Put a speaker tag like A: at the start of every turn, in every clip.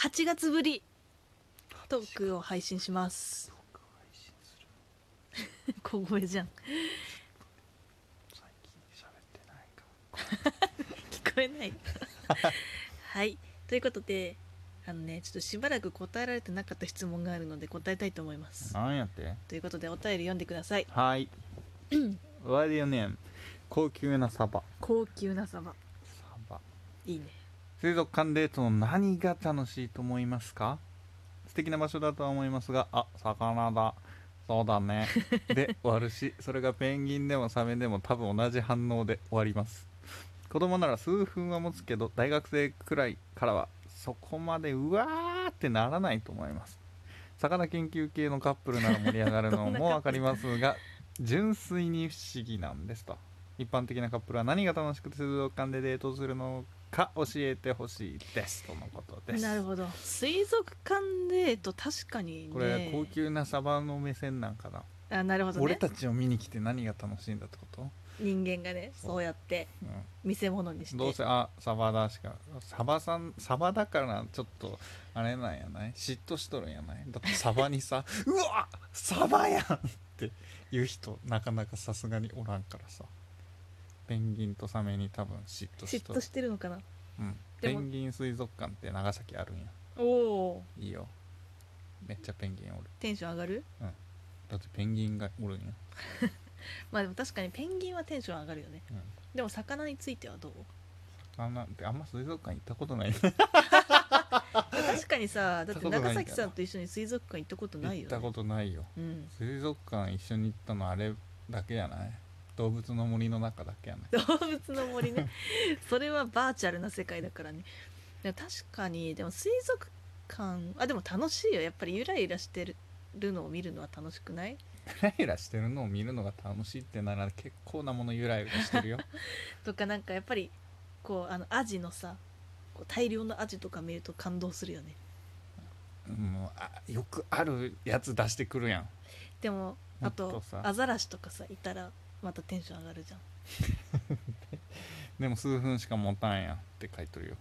A: 8月ぶりトークを配信します小声じゃん
B: 最近喋ってないか
A: 聞こえないはいということであのねちょっとしばらく答えられてなかった質問があるので答えたいと思います
B: なんやって
A: ということでお便り読んでください
B: はいワリオネーム高級なサバ
A: 高級な様
B: サバ
A: いいね
B: 水族館デートの何が楽しいと思いますか素敵な場所だとは思いますがあ魚だそうだねで終わるしそれがペンギンでもサメでも多分同じ反応で終わります子供なら数分は持つけど大学生くらいからはそこまでうわーってならないと思います魚研究系のカップルなら盛り上がるの
A: どんなカップル
B: も分かりますが純粋に不思議なんですと一般的なカップルは何が楽しくて水族館でデートするのか教えてほしいですとのことです
A: なるほど水族館デート確かにね
B: これ高級なサバの目線なんかな、
A: あなるほど
B: 俺
A: ね
B: たちを見に来て何が楽しいんだってこと、
A: 人間がね
B: そう
A: そうやって
B: う
A: 見せ物にし
B: ん、
A: て
B: どうせあサバだしかサバさんサバだからちょっとあれなんやない嫉妬しとるんやないだってサバ にさ「うわサバやん!」って言う人なかなかさすがにおらんからさペンギンとサメに多分嫉妬し
A: 嫉
B: と
A: 妬
B: る
A: してるのかな
B: うん、
A: で
B: ペ
A: も
B: ンギン水族館って長崎あるんや
A: おお
B: いいよめっちゃペンギンおる
A: テンション上がる
B: だってペンギンがおるんや、
A: まあでも確かにペンギンはテンション上がるよね
B: うん、
A: でも魚についてはどう
B: あんなあんま水族館行ったことない
A: 確かにさだって
B: 行ったこと
A: 長
B: ないんだよな
A: 崎さんと一緒に水族館行ったことない
B: 行
A: よ、
B: った
A: ね、
B: ことないよ
A: うん
B: 水族館一緒に行ったのあれだけやない動物の森の中だけやない
A: 動物の森ね それはバーチャルな世界だからねでも確かにでも水族館あでも楽しいよやっぱりゆらゆらしてるのを見るのは楽しくない
B: ゆらゆらしてるのを見るのが楽しいってなら結構なものゆらゆらしてるよ
A: とかなんかやっぱりこうあのアジのさこう大量のアジとか見ると感動するよね
B: もうあよくあるやつ出してくるやん
A: でも
B: も
A: あ
B: っと
A: と
B: さ
A: アザラシとかさいたらまたテンション上がるじゃん
B: でも数分しか持たんやんって書いとるよ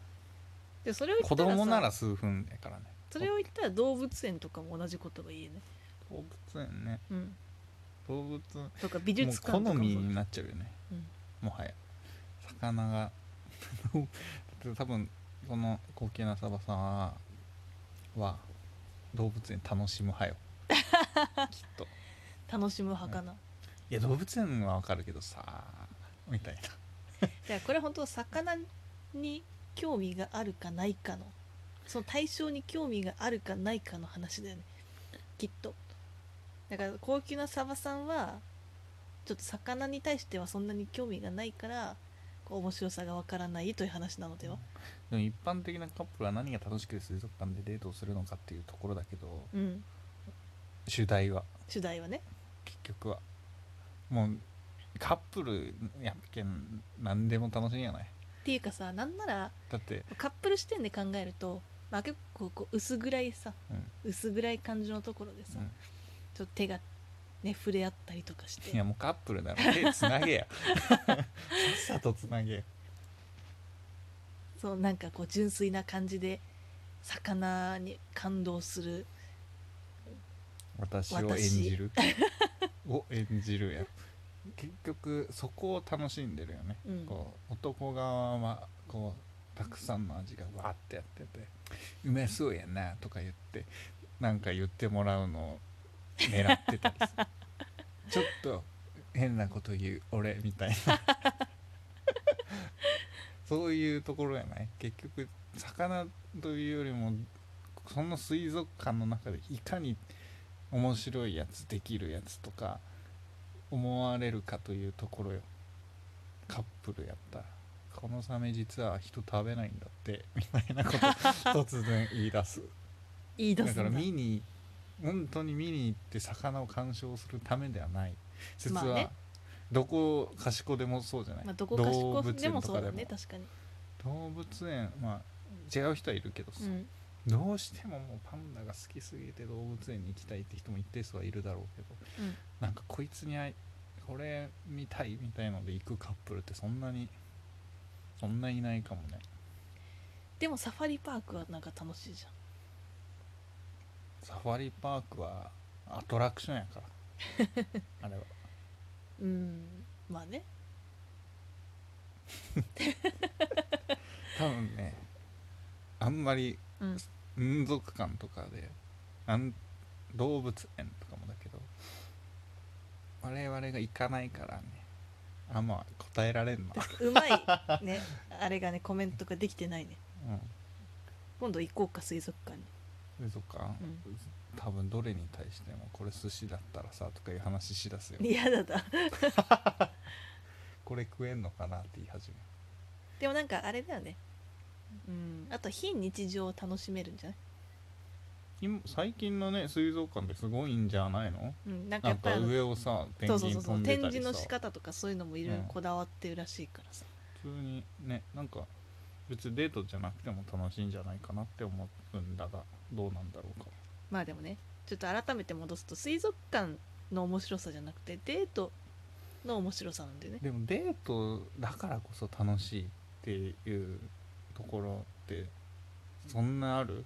A: でそれを言った
B: 子
A: らさ
B: 供なら数分やからね
A: それを言ったら動物園とかも同じことが言えね
B: 動物園ね
A: うん
B: 動物
A: とか美
B: も
A: 術館とか
B: う好
A: も
B: みになっちゃうよね、
A: うん
B: もはや魚が 多分その高級なサバさんはは動物園楽しむ派よきっと
A: 楽しむ派かな、
B: いや動物園はわかるけどさみたいな
A: じゃあこれ本当魚に興味があるかないかのその対象に興味があるかないかの話だよねきっとだから高級なサバさんはちょっと魚に対してはそんなに興味がないからこう面白さがわからないという話なのでは
B: でも一般的なカップルは何が楽しくて水族館でデートをするのかっていうところだけど
A: うん
B: 主題は
A: 主題はね
B: 結局はもうカップルやっけん何でも楽しいんやない
A: っていうかさなんなら
B: だって
A: カップル視点で考えると、まあ、結構こう薄暗いさ、薄暗い感じのところでさ、
B: うん
A: ちょっと手がね触れ合ったりとかして
B: いやもうカップルだろ手つなげやさっさとつなげや
A: そうなんかこう純粋な感じで魚に感動する
B: 私を演じるを演じるや結局そこを楽しんでるよね、
A: うん
B: こう男側はこうたくさんの味がわーってやってて「うまそうやな」とか言ってなんか言ってもらうのを狙ってたり するちょっと変なこと言う俺みたいな そういうところやない結局魚というよりもその水族館の中でいかに面白いやつできるやつとか思われるかというところよカップルやったらこのサメ実は人食べないんだって みたい なこと突然言い出す
A: 言い出
B: だ
A: すん
B: か
A: だ
B: ら見に本当に見に行って魚を鑑賞するためではない説は、
A: まあね
B: どこかしこでもそうじゃない、
A: まあ、どこかしこ
B: 動物
A: で
B: 園
A: も
B: と
A: そう
B: かで
A: だ
B: も
A: ね確かに、
B: 動物園まあ違う人はいるけどさ、
A: うん、
B: どうしてももうパンダが好きすぎて動物園に行きたいって人も一定数はいるだろうけど、
A: うん
B: なんかこいつに会いこれ見たいみたいので行くカップルってそんなにそんないないかもね
A: でもサファリパークはなんか楽しいじゃん
B: サファリパークはアトラクションやからあれは
A: うんまあね
B: 多分ねあんまり
A: うん
B: 民族館とかであん動物園とかもだけど我々が行かないからねあんま答えられんな、
A: うまいねあれがねコメントができてないね
B: う
A: 今度行こうか水族館に
B: ん、水族館、多分どれに対してもこれ寿司だったらさとかいう話しだすよ
A: 嫌だだ
B: これ食えんのかなって言い始める
A: でもなんかあれだよねうんあと非日常を楽しめるんじゃない、
B: 今最近のね水族館ってすごいんじゃないの
A: うん、なんか
B: な
A: や
B: ん
A: っぱ
B: か
A: りあの
B: 上をさペン
A: そ
B: ギ
A: うそ
B: ン
A: うそうそ
B: 飛
A: うん
B: で
A: 展
B: たり
A: 示の
B: さ
A: 仕方とかそういうのもいろいろ
B: うん
A: こだわってるらしいからさ、
B: 普通にねなんか別にデートじゃなくても楽しいんじゃないかなって思うんだがどうなんだろうか
A: まあでもねちょっと改めて戻すと水族館の面白さじゃなくてデートの面白さなんだよね
B: でもデートだからこそ楽しいっていうところってそんなある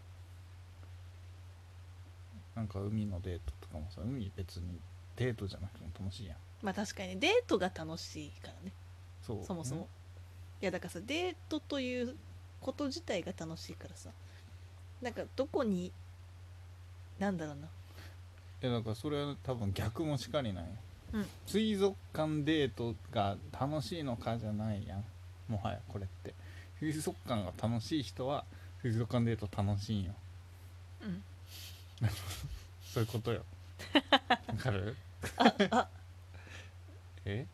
B: なんか海のデートとかもさ海別にデートじゃなくても楽しいやん
A: まあ確かにデートが楽しいからね
B: そう
A: そもそも、
B: ね
A: いやだからさデートということ自体が楽しいからさなんかどこになんだろうない
B: やだからそれは多分逆もしかりない、
A: うん
B: 水族館デートが楽しいのかじゃないやんもはやこれって水族館が楽しい人は水族館デート楽しいんよ
A: うん
B: そういうことよ わかる
A: あ
B: え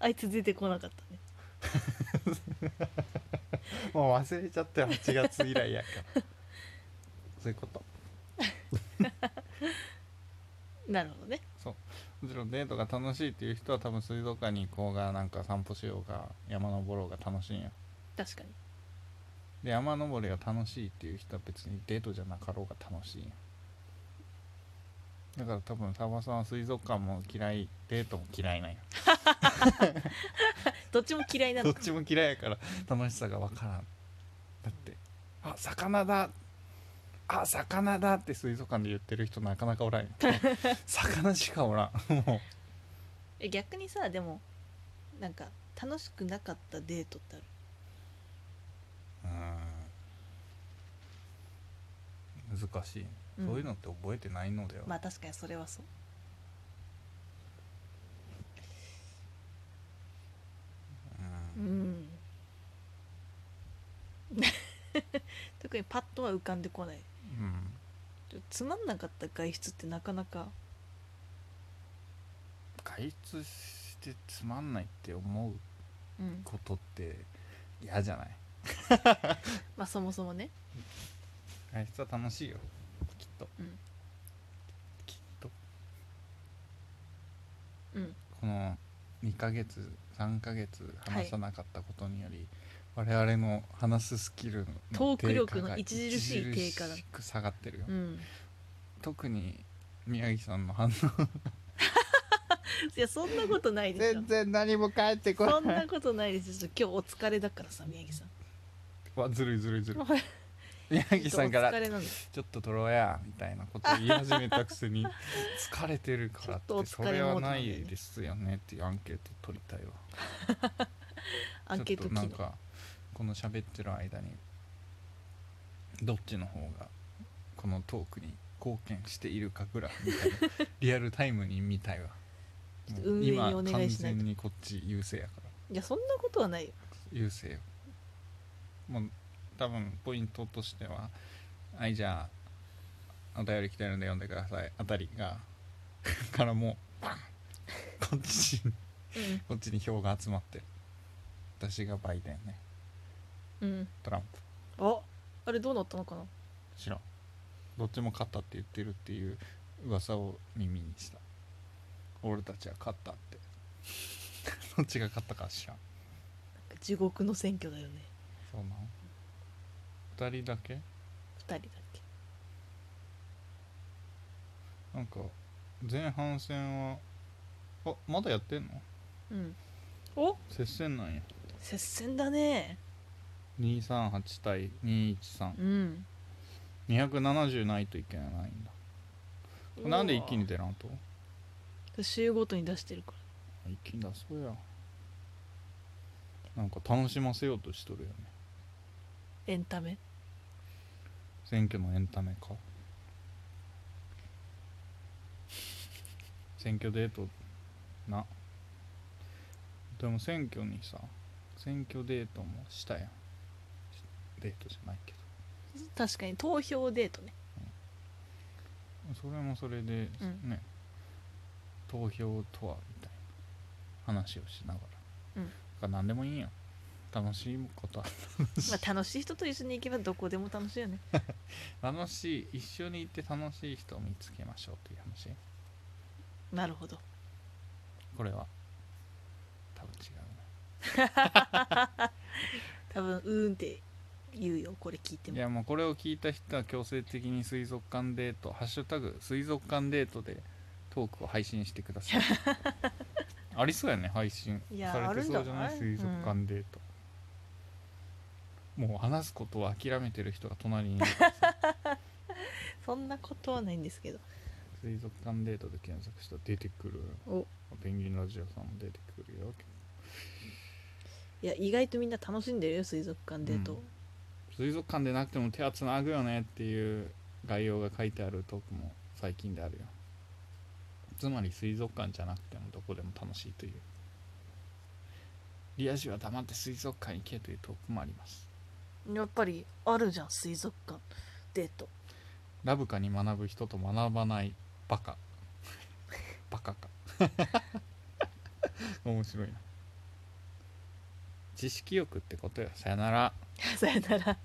A: あいつ出てこなかったね
B: もう忘れちゃったよ8月以来やから そういうこと
A: なるほどね
B: もちろんデートが楽しいっていう人は多分水族館に行こうがなんか散歩しようが山登ろうが楽しいんよ
A: 確かに
B: で山登りが楽しいっていう人は別にデートじゃなかろうが楽しいんよだから多分サバさんは水族館も嫌いデートも嫌いなんよ
A: どっちも嫌いな
B: ど
A: の
B: っちも嫌いやから楽しさがわからんだってあ魚だあ魚だって水族館で言ってる人なかなかおらん よ魚しかおらんも
A: え逆にさでもなんか楽しくなかったデートってある
B: ううーん難しい、
A: うん
B: そういうのって覚えてないのだよ、
A: まあ確かにそれはそう
B: う
A: うんん 特にパッとは浮かんでこない
B: うん
A: ちょつまんなかった外出ってなかなか
B: 外出してつまんないって思う
A: うん
B: ことって嫌じゃない
A: まあそもそもね
B: 外出は楽しいよきっと、
A: うん
B: きっと
A: うん
B: この2ヶ月3ヶ月話さなかったことにより、我々の話すスキルの
A: トーク力の
B: 低下が
A: 著しい低下だ
B: 著しく下がってるよ、
A: うん
B: 特に宮城さんの反応
A: いやそんなことないでしょ
B: 然何も返って
A: そんなことないですよ今日お疲れだからさ宮城さん
B: わずるいずるいずるい 宮城さんから
A: お疲れなんで
B: 「ちょっと撮ろうや」みたいなこと言い始めたくせ に「疲れてるから」っ
A: ちょってと
B: そ
A: お疲れ
B: れ
A: モード
B: は
A: なん
B: な
A: だよね
B: いですよねっていうアンケート取りたいわ
A: アンケート
B: ちょっと
A: 機
B: なん
A: 能
B: かこの喋ってる間にどっちの方がこのトークに貢献しているかぐらいみたいなリアルタイムに見たいわ
A: ちょっと運営にお願いしないと
B: 今完全にこっち優勢やから
A: いやそんなことはないよ
B: 優勢よもう多分ポイントとしては「はいじゃあお便り来てるんで読んでください」あたりが からもうバン こっちにこっちに票が集まってる私がバイデンね
A: うんうん
B: トランプ
A: ああれどうなったのかな
B: 知らんどっちも勝ったって言ってるっていう噂を耳にした俺たちは勝ったって どっちが勝ったかは知らん
A: 地獄の選挙だよね
B: そうなの2人だけ
A: 2人だっけ
B: なんか前半戦はあまだやってんの
A: うんお
B: 接戦なんや
A: 接戦だね
B: 238対213
A: うん
B: 270ないといけないんだこれなんで一気に出らんと
A: 週ごとに出してるか
B: 一気に出そうやなんか楽しませようとしとるよね
A: らエンタメ
B: 選挙のエンタメか 選挙デートなでも選挙にさ選挙デートもしたやんデートじゃないけど
A: 確かに投票デー トね
B: それもそれで、
A: うん
B: ね投票とはみたいな話をしながら、
A: うん
B: だから何でもいいんや楽しいことは
A: まあ楽しい人と一緒に行けばどこでも楽しいよね
B: 楽しい一緒に行って楽しい人を見つけましょうという話
A: なるほど
B: これは多分違うね
A: 多分うーんって言うよこれ聞いて
B: い
A: も
B: やもうこれを聞いた人は強制的に水族館デート「ハッシュタグ水族館デート」でトークを配信してくだ さいありそうやね配信
A: いや
B: されてそうじゃ
A: あ
B: ない
A: るんじゃない
B: 水族館デート、もう話すことを諦めてる人が隣 にいる
A: そんなことはないんですけど
B: 水族館デートで検索したら出てくる
A: お
B: ペンギンラジオさんも出てくるよ
A: いや意外とみんな楽しんでるよ水族館デート、
B: うん水族館でなくても手はつなぐよねっていう概要が書いてあるトークも最近であるよつまり水族館じゃなくてもどこでも楽しいというリア充は黙って水族館行けというトークもあります
A: やっぱりあるじゃん水族館デート
B: ラブカに学ぶ人と学ばないバカ バカか 面白いな知識欲ってことよさよなら
A: さよなら